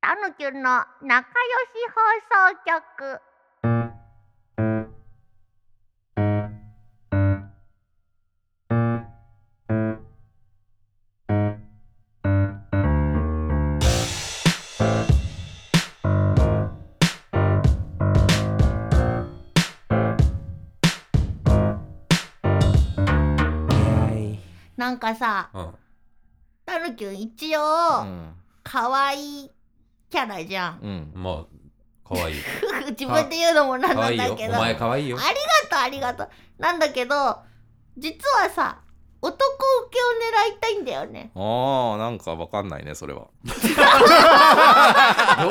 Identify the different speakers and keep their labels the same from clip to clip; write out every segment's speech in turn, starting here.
Speaker 1: タヌキュンの仲良し放送局
Speaker 2: はい
Speaker 1: なんかさ
Speaker 2: うん
Speaker 1: タヌキュン一
Speaker 3: う
Speaker 1: 応
Speaker 3: ん
Speaker 1: 可愛いキャラじゃん
Speaker 3: うん
Speaker 2: まあ可愛い
Speaker 1: 自分で言うのもなん
Speaker 2: 可
Speaker 1: なん
Speaker 2: 愛いよ
Speaker 1: だ
Speaker 2: お
Speaker 1: けど
Speaker 2: 前可愛いよ
Speaker 1: ありがとうありがとうなんだけど実はさ男受けを狙いたいんだよね
Speaker 3: ああなんかわかんないねそれは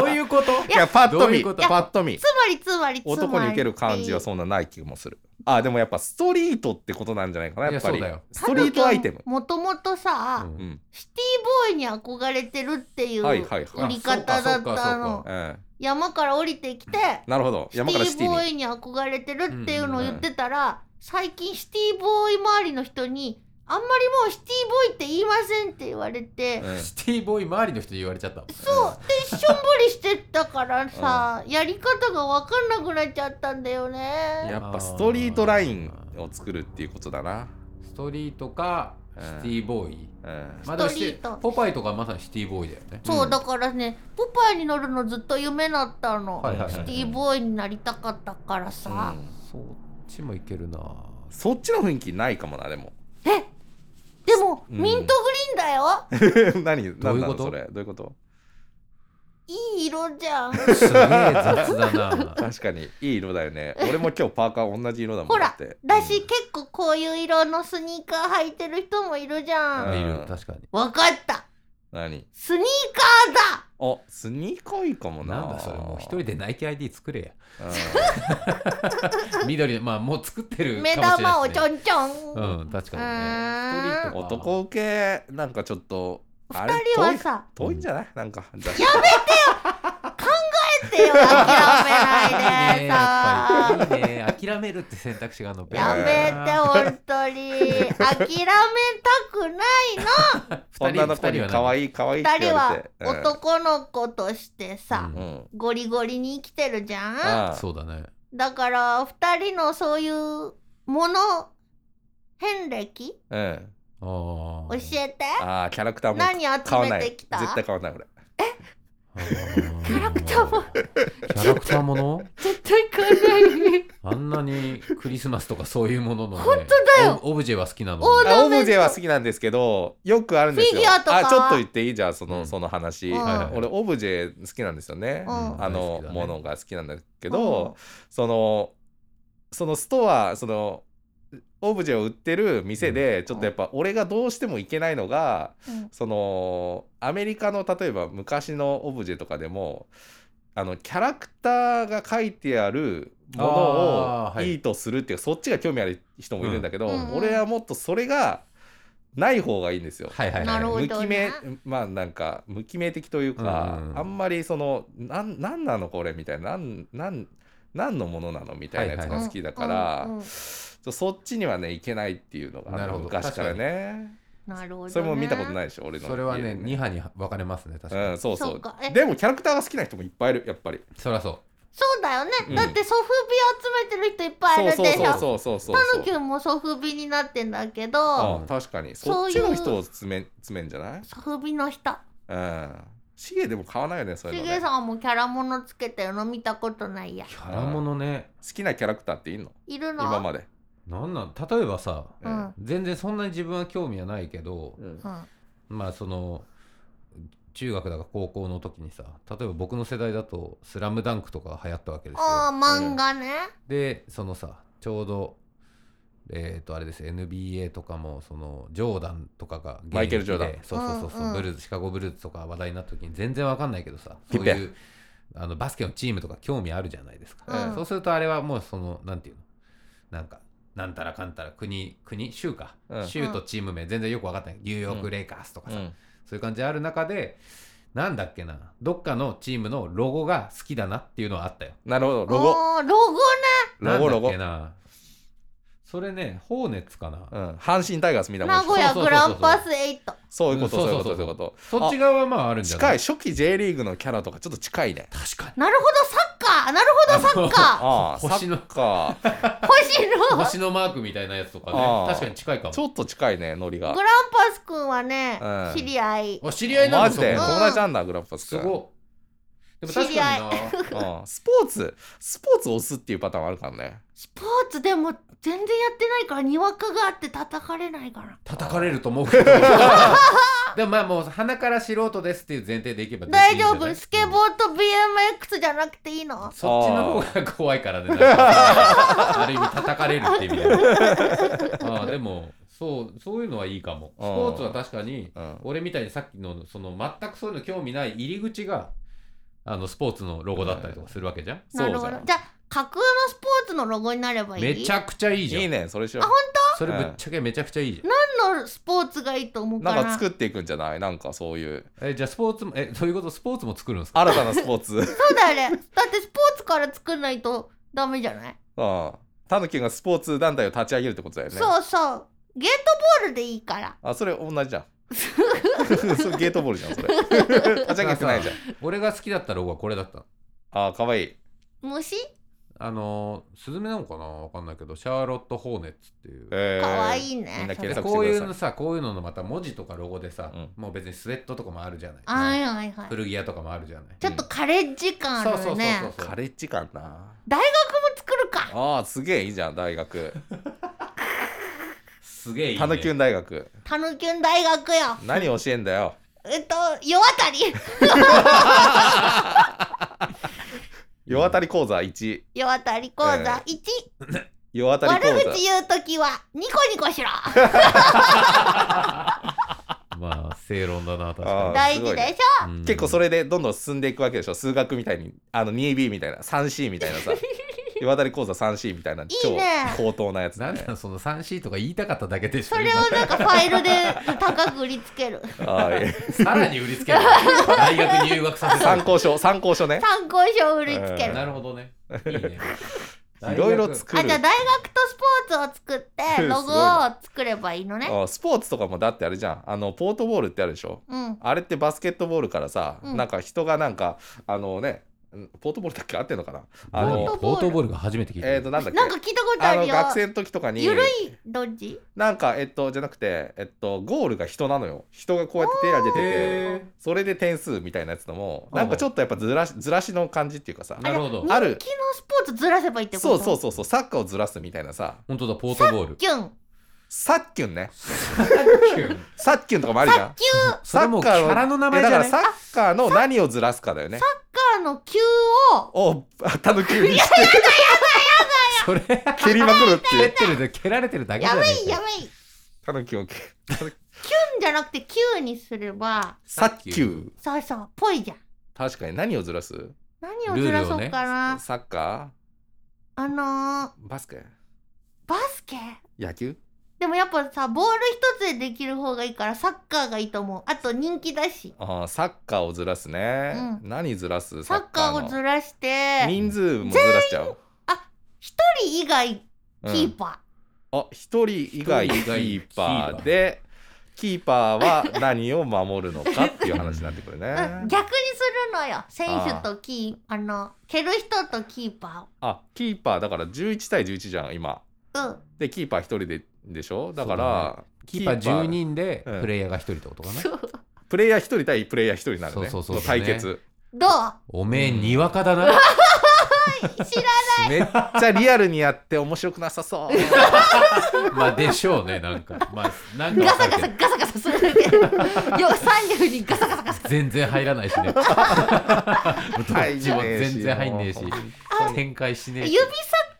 Speaker 2: どういうこと
Speaker 3: いやパッと
Speaker 2: どうい
Speaker 3: 見
Speaker 2: うこと
Speaker 3: パッと見
Speaker 1: つまりつまりつまり
Speaker 3: 男に受ける感じはそんなない気もするあでもやっぱストリートってことなんじゃないかなやっぱ
Speaker 2: い
Speaker 3: り
Speaker 2: やそうだよ
Speaker 3: ストリートアイテム
Speaker 1: もともとさ、
Speaker 2: うん
Speaker 3: うん
Speaker 1: シティボーイに憧れてるっていう
Speaker 3: はい
Speaker 1: 売
Speaker 3: はいはい
Speaker 1: り方だっ
Speaker 2: あそう
Speaker 1: た
Speaker 2: かそうかそう
Speaker 1: の
Speaker 2: か
Speaker 3: うん
Speaker 1: 山から降りてきて
Speaker 3: なるほど
Speaker 1: シテ
Speaker 3: 山からシテ
Speaker 1: ィボ
Speaker 3: ィ
Speaker 1: ー
Speaker 3: に
Speaker 1: イに憧れてるっていうのを言ってたら、最近シティボーイ周りの人に「あんまりもうシティボーイって言いません」って言われて、
Speaker 3: うん
Speaker 2: シティボーイ周りの人に言われちゃった
Speaker 1: そうでしょんぼりしてったからさ、やり方が分かんなくなっちゃったんだよね
Speaker 3: やっぱストリートラインを作るっていうことだな
Speaker 2: ストリートか
Speaker 3: う
Speaker 2: シ
Speaker 3: ん
Speaker 2: ティボーイ、
Speaker 3: うん
Speaker 2: まあでも
Speaker 1: ストリート
Speaker 2: ポパイとかまさにシティボーイだよね
Speaker 1: そううんだからねポパイに乗るのずっと夢だったの、
Speaker 2: はいはいはい
Speaker 1: シティボーイになりたかったからさ
Speaker 3: う、ん
Speaker 2: そっちもいけるな
Speaker 3: そっちの雰囲気ないかもなでも
Speaker 1: えでも、
Speaker 3: うん
Speaker 1: ミントグリーンだよ
Speaker 3: 何何な
Speaker 2: どういうこ
Speaker 3: の
Speaker 2: と
Speaker 3: それどういうこと
Speaker 1: いい色じゃん
Speaker 2: すげえ雑 だな
Speaker 3: 確かにいい色だよね俺も今日パーカー同じ色だも
Speaker 1: ほ
Speaker 3: んだ
Speaker 1: ら
Speaker 3: って
Speaker 1: だし結構こういう色のスニーカー履いてる人もいるじゃん、
Speaker 3: うん
Speaker 2: いる確かに
Speaker 1: わかった
Speaker 3: 何
Speaker 1: スニーカ
Speaker 3: あスニーカーいいかもな
Speaker 2: なんだそれもう一人でナイキ ID 作れ
Speaker 3: う
Speaker 2: や緑のまあもう作って
Speaker 1: ーだ
Speaker 2: る
Speaker 1: 目
Speaker 2: かもしれ
Speaker 1: 玉
Speaker 2: ない
Speaker 1: を
Speaker 2: で
Speaker 1: ち
Speaker 2: す
Speaker 1: ょ
Speaker 2: ね
Speaker 1: んちょん、
Speaker 2: うん確かにね
Speaker 1: うーん
Speaker 2: ストリート
Speaker 3: ん
Speaker 2: か
Speaker 3: 男受けなんかちょっとあれ
Speaker 1: 二人はさ
Speaker 3: 遠い遠いんじゃないなんかや
Speaker 1: ってよ諦めない
Speaker 2: いい
Speaker 1: で
Speaker 2: ね
Speaker 1: さ
Speaker 2: やっぱりいいね諦めるって選択肢があるの
Speaker 1: やめて本当に諦めたく ない
Speaker 2: 二人
Speaker 3: 女の子に可愛い可愛いって
Speaker 1: 二
Speaker 3: 言
Speaker 1: 人
Speaker 3: わ
Speaker 1: は
Speaker 3: れて
Speaker 1: 男の子としてさ、
Speaker 2: うん
Speaker 3: うん
Speaker 1: ゴリゴリに生きてるじゃん
Speaker 3: ああ
Speaker 2: そうだね
Speaker 1: だから二人のそういうもの遍歴
Speaker 3: うん
Speaker 2: あー
Speaker 1: 教えて
Speaker 3: ああキャラクターも
Speaker 1: 何集
Speaker 3: 買わな
Speaker 1: め
Speaker 3: い
Speaker 1: てきた
Speaker 3: 絶対買わない俺
Speaker 2: あー
Speaker 1: キャラクターも
Speaker 2: キャラクターもの
Speaker 1: 絶対買わない
Speaker 2: あんなにクリスマスとかそういうものの、ね、
Speaker 1: 本当だよ
Speaker 2: オブオブジェは好きなの
Speaker 1: オーダーメント
Speaker 3: あオブジェは好きなんですけどよくあるんですよ
Speaker 1: フィギュアとかは
Speaker 3: あちょっと言っていいじゃんその,、
Speaker 2: うん
Speaker 3: その話、
Speaker 1: うん
Speaker 2: はいはい
Speaker 3: 俺オブジェ好きなんですよね、
Speaker 1: うん
Speaker 3: あ
Speaker 2: 大好き
Speaker 3: の
Speaker 2: だね
Speaker 3: ものが好きなんだけ
Speaker 1: うん
Speaker 3: ど、そのそのストアそのオブジェを売ってる店でちょっとやっぱ俺がどうしても行けないのが
Speaker 1: うん
Speaker 3: そのアメリカの例えば昔のオブジェとかでもあのキャラクターが書いてあるも
Speaker 2: あ
Speaker 3: の
Speaker 2: ー
Speaker 3: を
Speaker 2: はい
Speaker 3: いいとするっていうか、そっちが興味ある人もいるんだけど、
Speaker 1: うんうんうん
Speaker 3: 俺はもっとそれがない方がいいんですよ。
Speaker 2: はいはいはい
Speaker 1: なるほど
Speaker 3: 無記名
Speaker 1: な
Speaker 3: まあなんか無記名的というか、
Speaker 2: うんうん
Speaker 3: あんまりそのなんなんなのこれみたいななんなん何のものなのみたいなやつが好きだから、
Speaker 1: うんうんうん
Speaker 3: そっちにはねいけないっていうのが
Speaker 2: なるほど
Speaker 3: 昔からね
Speaker 1: なるほど、ね、
Speaker 3: それも見たことないいでしょ俺の
Speaker 2: それはね
Speaker 3: 家で
Speaker 2: 2派に分かれますね確かに、
Speaker 3: うん、そうそう
Speaker 1: そうかえ
Speaker 3: でもキャラクターが好きな人もいっぱいいるやっぱり
Speaker 2: そりゃそ
Speaker 1: そうだよね、
Speaker 3: うん
Speaker 1: だってソフビ集めてる人いっぱいい
Speaker 3: そう
Speaker 1: る
Speaker 3: そう
Speaker 1: でしょ
Speaker 3: そうそうそうそう
Speaker 1: タヌキュンもソフビになってんだけど、
Speaker 2: う
Speaker 3: うん確かに
Speaker 1: そ
Speaker 3: そうっ
Speaker 1: いう
Speaker 3: ちの人を詰め詰めんじゃない
Speaker 1: ソフビの人
Speaker 3: うんシゲでも買わないよねそうい
Speaker 1: し
Speaker 3: うの
Speaker 1: げ
Speaker 3: ね
Speaker 1: さんもキャラものつけてるの見たことないや
Speaker 2: うキャラものね
Speaker 3: 好きなキャラクターっていいの
Speaker 1: いるの
Speaker 3: 今まで
Speaker 2: なんなん例えばさ
Speaker 1: う
Speaker 3: うん
Speaker 1: ん
Speaker 2: 全然そんなに自分は興味はないけど
Speaker 3: うん
Speaker 1: うん
Speaker 2: まあその中学だか高校の時にさ例えば僕の世代だと「スラムダンクとかが流行ったわけですよ
Speaker 1: ああ漫画ね、
Speaker 2: でそのさちょうどえっ、とあれです NBA とかもそのジョーダンとかが現役で
Speaker 3: マイケルジョーダン
Speaker 2: そうそうそうそう、
Speaker 1: うんうん
Speaker 2: ブルーズシカゴブルーズとか話題になった時に全然わかんないけどさ
Speaker 3: ピ
Speaker 2: そ
Speaker 3: ッ
Speaker 2: う
Speaker 3: ペ
Speaker 2: いうあのバスケのチームとか興味あるじゃないですか、
Speaker 1: うん
Speaker 2: そうするとあれはもうそのなんていうのなんかなんたらかんたら国国州か、
Speaker 3: うん
Speaker 2: 州とチーム名全然よくわかんないニューヨー
Speaker 3: う
Speaker 2: ク
Speaker 3: ん
Speaker 2: レイカーズとか
Speaker 3: う
Speaker 2: さ、
Speaker 3: ん
Speaker 2: そういう感じある中でなんだっけなどっかのチームのロゴが好きだなっていうのはあったよ
Speaker 3: なるほどロゴ
Speaker 1: あーロゴね
Speaker 3: ロゴロ
Speaker 2: なんだっ
Speaker 3: ゴ
Speaker 2: けなそれね放熱かな、
Speaker 3: うん、阪神タイガースみたい
Speaker 1: 名
Speaker 3: なもん
Speaker 1: 古
Speaker 3: でしょ
Speaker 1: 屋グランパス8
Speaker 3: そういうことそうい
Speaker 2: う
Speaker 3: うこと
Speaker 2: ん
Speaker 3: そういうこと
Speaker 2: そっち側はまああるんじゃな
Speaker 3: 近
Speaker 2: い
Speaker 3: い初期 J リーグのキャラとかちょっと近いね
Speaker 2: 確か
Speaker 1: なるほどサッカーなるほどサッカ
Speaker 3: ああ
Speaker 2: 星の
Speaker 3: サッカ ー
Speaker 1: ー星
Speaker 2: に
Speaker 1: 野
Speaker 2: 星のマークみたいなやつとか
Speaker 3: あ
Speaker 2: ね
Speaker 3: ー
Speaker 2: 確かに近いか
Speaker 3: ち
Speaker 2: も
Speaker 3: ょっと近いねノリが
Speaker 1: グランパスくんはね、
Speaker 3: うん
Speaker 1: 知り合い
Speaker 2: あ知り合いな
Speaker 3: マ
Speaker 2: ん
Speaker 3: ジで
Speaker 1: そこ
Speaker 3: 友達なんだグランパス
Speaker 2: す
Speaker 3: 君
Speaker 2: ごいでも確かにな
Speaker 3: うんスポーツスポーツ押すっていうパターンあるからね
Speaker 1: スポーツでも全然やってないからにわかがあって叩かれないから
Speaker 2: 叩かれると思うけどでもまあもう鼻から素人ですっていう前提でいけば
Speaker 1: 大丈夫スケ
Speaker 2: ー
Speaker 1: ボーと BMX じゃなくていいの
Speaker 2: そっちの方が怖いからねなんかある意味叩かれるっていう意味でああでもそうそういうのはいいかもスポーツは確かに
Speaker 3: うん
Speaker 2: 俺みたいにさっきのその全くそういうの興味ない入り口があのスポーツのロゴだったりとかするわけじゃん、
Speaker 1: なる
Speaker 3: そ
Speaker 1: ほ
Speaker 3: う
Speaker 1: ど
Speaker 3: じ
Speaker 1: じゃあ架空のスポーツのロゴになればいい
Speaker 2: めちゃくちゃいいじ
Speaker 3: ゃ
Speaker 2: ゃ
Speaker 3: ん
Speaker 2: ん
Speaker 3: いいねそれしよ
Speaker 1: あ
Speaker 3: う
Speaker 2: それぶっちゃけめちゃくちゃいいじ
Speaker 1: 何のスポーツがいいと思うかな
Speaker 3: な
Speaker 1: ん
Speaker 3: か作っていくんじゃないなんかそういう
Speaker 2: ゃん、えじゃあスポーツもえそういうことスポーツも作るんですか
Speaker 3: 新たなスポー ツうん
Speaker 1: そうだよねだってスポーツから作んないとダメじゃない、
Speaker 3: たぬきがスポーツ団体を立ち上げるってことだよね
Speaker 1: そうそうゲートボールでいいから
Speaker 3: あそれ同じじゃ んそれゲートボールじゃんそれ立ち上げてないじゃん
Speaker 2: 俺が好きだったロゴはこれだったの
Speaker 3: あーかわいい
Speaker 1: 虫
Speaker 2: あのースズメなのかなわかんないけどシャーロット・ホーネッツっていう、
Speaker 3: えー
Speaker 1: かわいいね
Speaker 3: みんな
Speaker 2: で
Speaker 3: 検索し
Speaker 2: こ
Speaker 3: て
Speaker 2: う
Speaker 3: く
Speaker 2: いう
Speaker 3: ださい
Speaker 2: のさこういうののまた文字とかロゴでさ、
Speaker 3: うん
Speaker 2: もう別にスウェットとかもあるじゃない、
Speaker 1: はいはいはい
Speaker 2: 古着屋とかもあるじゃない
Speaker 1: ちょっとカレッジ感ある
Speaker 2: そう
Speaker 1: ね
Speaker 2: そうそうそうそう
Speaker 3: カレッジ感な
Speaker 1: 大学も作るか
Speaker 3: あーすげえいいじゃん大学
Speaker 2: すげえいい、ね、
Speaker 3: たぬきゅん大学
Speaker 1: たぬきゅん大学よ
Speaker 3: 何教えんだよ
Speaker 1: えっと世渡り
Speaker 3: 世渡り講座1
Speaker 1: 世渡り講座1、
Speaker 3: え世渡り
Speaker 1: 悪
Speaker 3: 講
Speaker 1: 口言うときはニコニコしろ
Speaker 2: まあ正論だな確か
Speaker 3: あー
Speaker 1: 大
Speaker 3: すご
Speaker 1: 事
Speaker 3: いね
Speaker 1: でし
Speaker 2: に、うん
Speaker 3: 座結構それでどんどん進んでいくわけでしょ数学みたいにあの 2B みたいな 3C みたいなさ 世渡り講座 3C みたいない
Speaker 1: い
Speaker 3: 超
Speaker 1: ね
Speaker 3: 高等なやつだ
Speaker 2: なん
Speaker 3: ね
Speaker 2: なんその 3C とか言いたかっただけでし
Speaker 1: ょ
Speaker 2: ょ
Speaker 1: それをなんかファイルで高く売りつける
Speaker 3: あーいい
Speaker 2: 今さらに売りつけ る大学入学させる
Speaker 3: 参考書参考書ね
Speaker 1: 参考書を売りつける、
Speaker 2: なるほどねいいね
Speaker 3: いろいろ作
Speaker 1: あ
Speaker 3: る
Speaker 1: じゃあ大学とスポーツを作っ
Speaker 3: す
Speaker 1: て
Speaker 3: ごいな
Speaker 1: ロゴを作ればいいのね。
Speaker 3: あースポーツとかもだってあれじゃんあのポートボールってあるでしょ
Speaker 1: うん。
Speaker 3: あれってバスケットボールからさ、
Speaker 1: うん
Speaker 3: なんか人がなんかあのねんポートボールだっけ合ってんのかなあ
Speaker 2: 何
Speaker 3: の
Speaker 1: の
Speaker 2: ポートボールが初めて聞いた
Speaker 3: えっ、ー、となんだっけ
Speaker 1: なんか聞いたことあ
Speaker 3: あ
Speaker 1: る
Speaker 3: の
Speaker 1: よ。
Speaker 3: 学生の時とかに
Speaker 1: ゆるいドッジ
Speaker 3: なんかえっとじゃなくてえっとゴールが人なのよ人がこうやって手上げてて
Speaker 2: へ
Speaker 3: それで点数みたいなやつのも
Speaker 2: うん
Speaker 3: なんかちょっとやっぱずらしずらしの感じっていうかさ
Speaker 2: ーなるほど
Speaker 1: 人
Speaker 3: あ
Speaker 1: 気
Speaker 3: る
Speaker 1: のスポーツずらせばいいってこと
Speaker 3: そうそうそうそうサッカーをずらすみたいなさ
Speaker 2: 本当だポートボール
Speaker 1: キュン。
Speaker 3: サッキュンね
Speaker 2: キュン
Speaker 3: サッキュンとかもあるじゃん
Speaker 1: キュー
Speaker 2: それもうキ
Speaker 3: サッカーの
Speaker 2: ャラの名
Speaker 3: え
Speaker 2: 前じ
Speaker 3: だ
Speaker 2: ゃな
Speaker 3: から
Speaker 2: い
Speaker 3: サッカーの何をずらすかだよね
Speaker 1: カーのキューを
Speaker 3: をたぬきゅうにして
Speaker 2: それ
Speaker 3: 蹴りまくるってい
Speaker 2: 蹴っ
Speaker 3: う
Speaker 2: てるで蹴られてるだけじ
Speaker 1: や
Speaker 2: ゃ
Speaker 1: ば
Speaker 2: ない
Speaker 1: いやばい。キュ
Speaker 3: たぬきゅうを蹴
Speaker 1: ンじゃなくてキューにすれば
Speaker 3: サッキュー
Speaker 1: そうそうぽいじゃん。
Speaker 3: 確かに何をずらす
Speaker 1: 何をずらそう
Speaker 2: ルールをね
Speaker 1: かな。
Speaker 3: サッカ
Speaker 1: あの
Speaker 3: ーバスケ
Speaker 1: ー、バスケ
Speaker 3: 野球
Speaker 1: でもやっぱさボール一つでできる方がいいからサッカーがいいと思う。あと人気だし。
Speaker 3: あーサッカーをずらすね、
Speaker 1: う
Speaker 3: 何ずらす
Speaker 1: サッカーをずらして
Speaker 3: の人数もずらしちゃう、
Speaker 1: 一人以外
Speaker 3: うん
Speaker 1: キーパ
Speaker 3: あ一人以外キ
Speaker 2: 一人以外
Speaker 3: ーパーでキーパーは何を守るのかっていう話になってくる
Speaker 1: ー、うん
Speaker 3: ね
Speaker 1: 逆にするのよ選手とキーあの蹴る人とキーパ
Speaker 3: あキーパーだから11対11じゃん今
Speaker 1: ーをうん
Speaker 3: でキーパー一人ででしょだか
Speaker 2: そう
Speaker 3: ら
Speaker 2: キーパー10人で
Speaker 3: うん
Speaker 2: プレイヤーが1人ってことかな、
Speaker 1: そう
Speaker 3: プレイヤー一人対プレイヤー一人になるね
Speaker 2: そうそうそう
Speaker 3: 対決
Speaker 1: どう
Speaker 2: おめえにわかだ な、
Speaker 1: 知ら
Speaker 3: めっちゃリアルにやって面白くなさ そう
Speaker 2: まあでしょうねなんかまあなん
Speaker 1: ガ
Speaker 2: かわか
Speaker 1: サ
Speaker 2: る
Speaker 1: ガ
Speaker 2: け
Speaker 1: サガサ
Speaker 2: ど
Speaker 1: ガサするだけよ32にガサガサガサ
Speaker 2: 全然入らないしねどっちも全然入んねえし
Speaker 3: 入んね
Speaker 2: 展開しねえ
Speaker 1: 指
Speaker 2: し
Speaker 1: サ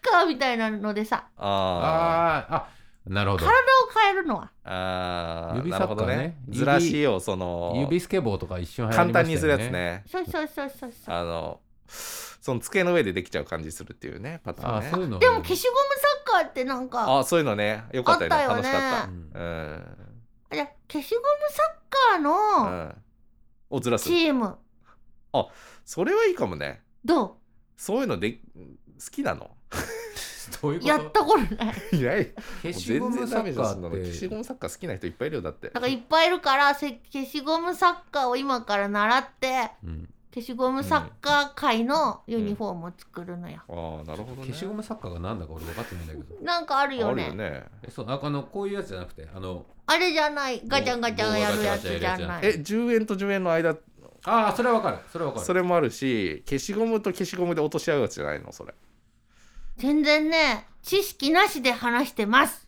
Speaker 1: ッカーみたいなのでさ
Speaker 3: あー
Speaker 2: あーあなるほど
Speaker 1: 体を変えるのは
Speaker 3: あー
Speaker 2: 指
Speaker 3: な
Speaker 2: サッ
Speaker 3: る
Speaker 2: カーね
Speaker 3: ほどね
Speaker 2: 指
Speaker 3: ずらしをその
Speaker 2: 指スケボーとか一瞬流行
Speaker 3: 簡
Speaker 2: りま
Speaker 3: 単
Speaker 2: したよね
Speaker 3: にするやつね
Speaker 1: そうそうそうそうそう
Speaker 3: あのその机の上でできちゃう感じするっていうねパタ
Speaker 2: あ
Speaker 3: ー
Speaker 2: あ
Speaker 3: ンね
Speaker 2: そういうの
Speaker 1: でも消しゴムサッカーってなんか
Speaker 3: あそういうのねよかったよね
Speaker 1: あったよ
Speaker 3: 楽
Speaker 1: ね
Speaker 3: しか
Speaker 2: うん
Speaker 3: ったうん、
Speaker 1: いや消しゴムサッカ
Speaker 3: う
Speaker 1: ーの
Speaker 3: ん、おずらす
Speaker 1: チーム
Speaker 3: それはいいかもね
Speaker 1: どう
Speaker 3: そういうので好きなの
Speaker 2: どういうこ
Speaker 1: やっ
Speaker 2: と
Speaker 1: たことない。
Speaker 3: いやい
Speaker 2: 消
Speaker 3: もう
Speaker 2: しゴム
Speaker 3: 全然
Speaker 2: サ
Speaker 3: ダメ
Speaker 2: ッ
Speaker 3: じゃん
Speaker 2: カ
Speaker 3: そんなの消し
Speaker 2: ーっ
Speaker 3: ゴムサッカー好きな人いっぱいいるよだって
Speaker 1: なんかいっぱいいるからせ消しゴムサッカーを今から習って
Speaker 2: て、うん
Speaker 1: 消しゴムサッカー界のユニフォームを作るのよ。
Speaker 3: ああなるほど、ね、
Speaker 2: 消しゴムサッカーがなんだか俺分かってないんだけ ど
Speaker 1: なんかある
Speaker 3: あ
Speaker 1: よ
Speaker 3: る
Speaker 1: ね。
Speaker 3: よ
Speaker 1: あ
Speaker 3: ね
Speaker 2: えそうああのこういうやつじゃなくてあの
Speaker 1: れじゃないガチャンガチャンやるやつじゃ
Speaker 2: 棒をガチャガチャやるやつじゃな
Speaker 1: ないい。
Speaker 3: え10円と10円の間
Speaker 2: ああそれは分かるそれは分かる
Speaker 3: それもあるし消しゴムと消しゴムで落とし合うやつじゃないのそれ
Speaker 1: 全然ね知識なしで話してます。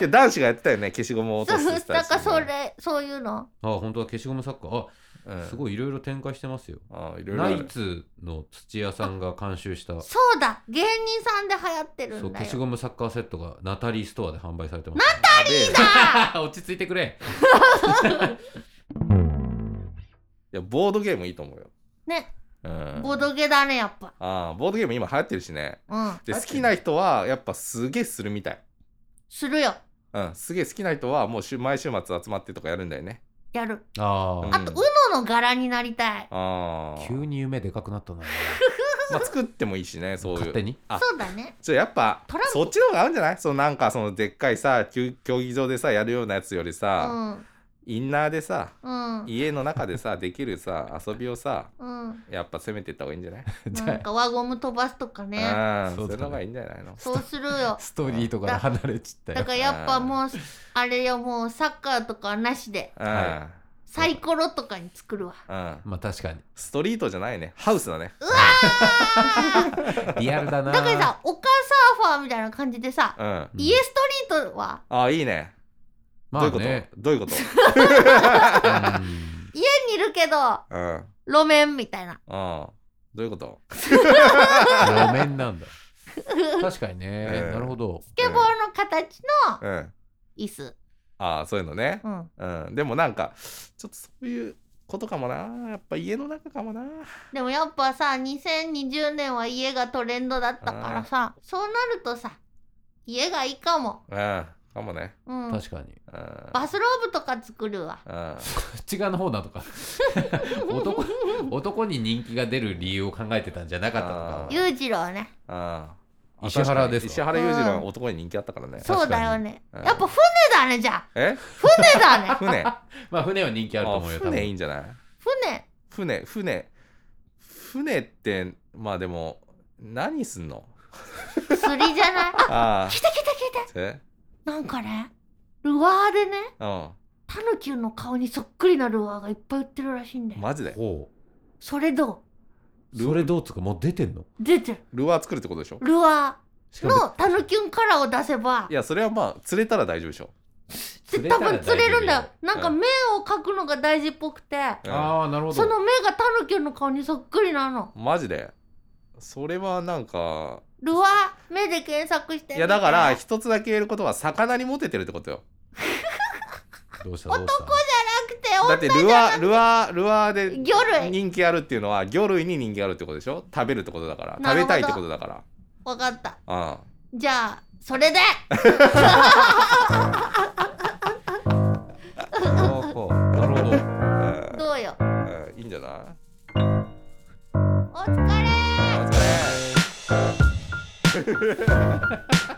Speaker 3: で男子がやってたよね消しゴムを落
Speaker 1: そ
Speaker 3: と
Speaker 1: う
Speaker 3: すって
Speaker 1: なんかそれそういうの。
Speaker 2: あ本当は消しゴムサッカー
Speaker 3: う
Speaker 2: あ
Speaker 3: ん
Speaker 2: すごいいろいろ展開してますよ
Speaker 3: あいろいろあ
Speaker 2: ナイ
Speaker 3: る
Speaker 2: ツの土屋さんが監修したそ
Speaker 1: そうだ芸人さんで流行ってる
Speaker 2: うん
Speaker 1: だ
Speaker 2: 消
Speaker 1: よ
Speaker 2: し。ゴムサッカーセットがナタリーストアで販売されてます ナ
Speaker 3: あでい
Speaker 2: タ落ち着いてくれ
Speaker 3: やボードゲームいいと思うよ、
Speaker 1: ね
Speaker 3: うん、
Speaker 1: ボードゲだねやっぱ。
Speaker 3: あーボードゲーム今流行ってるしね
Speaker 1: うん
Speaker 3: で
Speaker 2: 流
Speaker 3: 好
Speaker 2: 行ってる
Speaker 3: きな人はやっぱすげえするみたい
Speaker 1: するよ
Speaker 3: うんすげえ好きな人はもう週毎週末集まってとかやるんだよね
Speaker 1: やる。
Speaker 2: あ
Speaker 3: うん
Speaker 1: あと UNO の柄になりたい。
Speaker 3: あ
Speaker 2: ー
Speaker 3: あ
Speaker 2: 急に夢でかくなったな
Speaker 3: まあ作ってもいいしねそうい
Speaker 2: 勝
Speaker 3: う
Speaker 2: 手に
Speaker 3: あ
Speaker 1: そうだね。
Speaker 3: じゃあやっぱ
Speaker 1: トランプ
Speaker 3: そっちの方が合うんじゃないそのなんかそのでっかいさ球競技場でさやるようなやつより
Speaker 1: う
Speaker 3: さ、
Speaker 1: ん
Speaker 3: インナーでさ
Speaker 1: うん
Speaker 3: 家の中でさできるさ遊びをさ
Speaker 1: うん。
Speaker 3: やっぱ攻めてった方がいいんじゃない
Speaker 2: じ
Speaker 1: なん
Speaker 2: ゃ
Speaker 1: か輪ゴム飛ばすとかね。
Speaker 3: ああ
Speaker 2: そ
Speaker 3: そう
Speaker 2: だ
Speaker 3: う
Speaker 2: ね
Speaker 3: いうのがいいんじゃないの
Speaker 1: そうするよ
Speaker 2: あ。ストーリーとかで離れちった
Speaker 1: だ
Speaker 2: よ
Speaker 1: からやっぱもうあれよもうサッカーとかはなしで
Speaker 3: うん、
Speaker 2: は
Speaker 1: サイコロとかに作るわ。
Speaker 3: うん、
Speaker 2: まあ確かに
Speaker 3: ストリートじゃないねハウスだね
Speaker 2: リアルだな
Speaker 1: だからさ丘サーファーみたいな感じでさ
Speaker 3: うんあ
Speaker 2: うん
Speaker 1: 家ストリートは
Speaker 3: あいいね
Speaker 2: まあね
Speaker 3: どういう ことどういう
Speaker 2: うん
Speaker 1: 家にいるけど
Speaker 3: ことうんうん
Speaker 1: 路面みたいな。
Speaker 3: どういうこと
Speaker 2: 路面なんだ確かにね、
Speaker 3: ええ
Speaker 2: なるほど
Speaker 1: スケボーの形の
Speaker 3: うん
Speaker 1: 椅子。
Speaker 3: ああそういうのね
Speaker 1: うん。
Speaker 3: うんでもなんかちょっとそういうことかもなやっぱ家の中かもな
Speaker 1: でもやっぱさ2020年は家がトレンドだったからさそうなるとさ家がいいかも。
Speaker 3: うんかもね
Speaker 1: うん。
Speaker 2: 確かに
Speaker 3: うん
Speaker 1: バスローブとか作るわ。
Speaker 3: うん
Speaker 2: こっち側の方なとか 男男に人気が出る理由を考えてたんじゃなかったのか
Speaker 3: あー
Speaker 1: 裕次郎ね。
Speaker 3: うん
Speaker 2: 石原ですか
Speaker 3: 石原裕次郎は男に人気あったからね
Speaker 1: そうだよね。
Speaker 3: うん
Speaker 1: やっぱ船だねじゃあ。
Speaker 3: え
Speaker 1: 船だね。
Speaker 3: 船あ
Speaker 2: まあ船は人気あると思うよ多
Speaker 3: 船いい
Speaker 2: 分
Speaker 3: んじゃない
Speaker 1: 船。
Speaker 3: 船船船ってまあでも何すんの
Speaker 1: 釣りじゃ ないあ
Speaker 3: ああ
Speaker 1: 来た来た来た
Speaker 3: え
Speaker 1: なんかねルアーでね
Speaker 3: うん
Speaker 1: タヌキの顔にそっくりなルアーがいっぱい売ってるらしいんだよ。
Speaker 3: マジで
Speaker 2: ほ
Speaker 1: それど
Speaker 2: うそれどうつうかもう出てんの
Speaker 1: う出てる。
Speaker 3: ルアー作るってことでしょ
Speaker 1: ルア
Speaker 2: し
Speaker 1: ー
Speaker 2: かも
Speaker 1: のタヌキュンカラーを出せば
Speaker 3: いやそれはまあ釣れたら大丈夫でしょ
Speaker 2: 釣れた
Speaker 1: 多
Speaker 2: ら大丈
Speaker 1: 分
Speaker 2: 夫
Speaker 1: 釣れるんだよなんか
Speaker 3: うん
Speaker 1: 目を描くのが大事っぽくて
Speaker 3: うん
Speaker 2: ああなるほど
Speaker 1: その目がタヌキの顔にそっくりなの
Speaker 3: マジでそれはなんか
Speaker 1: ルアー目で検索してみて
Speaker 3: いやだから一つだけ言えることは魚にモテてるってことよ
Speaker 2: どうしたどうした
Speaker 1: くてお
Speaker 3: だってルアールアールア
Speaker 1: 魚
Speaker 3: ーで
Speaker 1: 類
Speaker 3: 人気あるっていうのは魚類に人気あるってことでしょ食べるってことだから
Speaker 1: な
Speaker 3: 食
Speaker 1: る
Speaker 3: べ
Speaker 1: ほど
Speaker 3: たいってことだか
Speaker 1: わかった
Speaker 3: ら
Speaker 1: じゃあそれで
Speaker 3: うんなるほど、うん
Speaker 1: どうよ
Speaker 3: うんいいんじゃない
Speaker 1: お疲れ
Speaker 3: お疲れ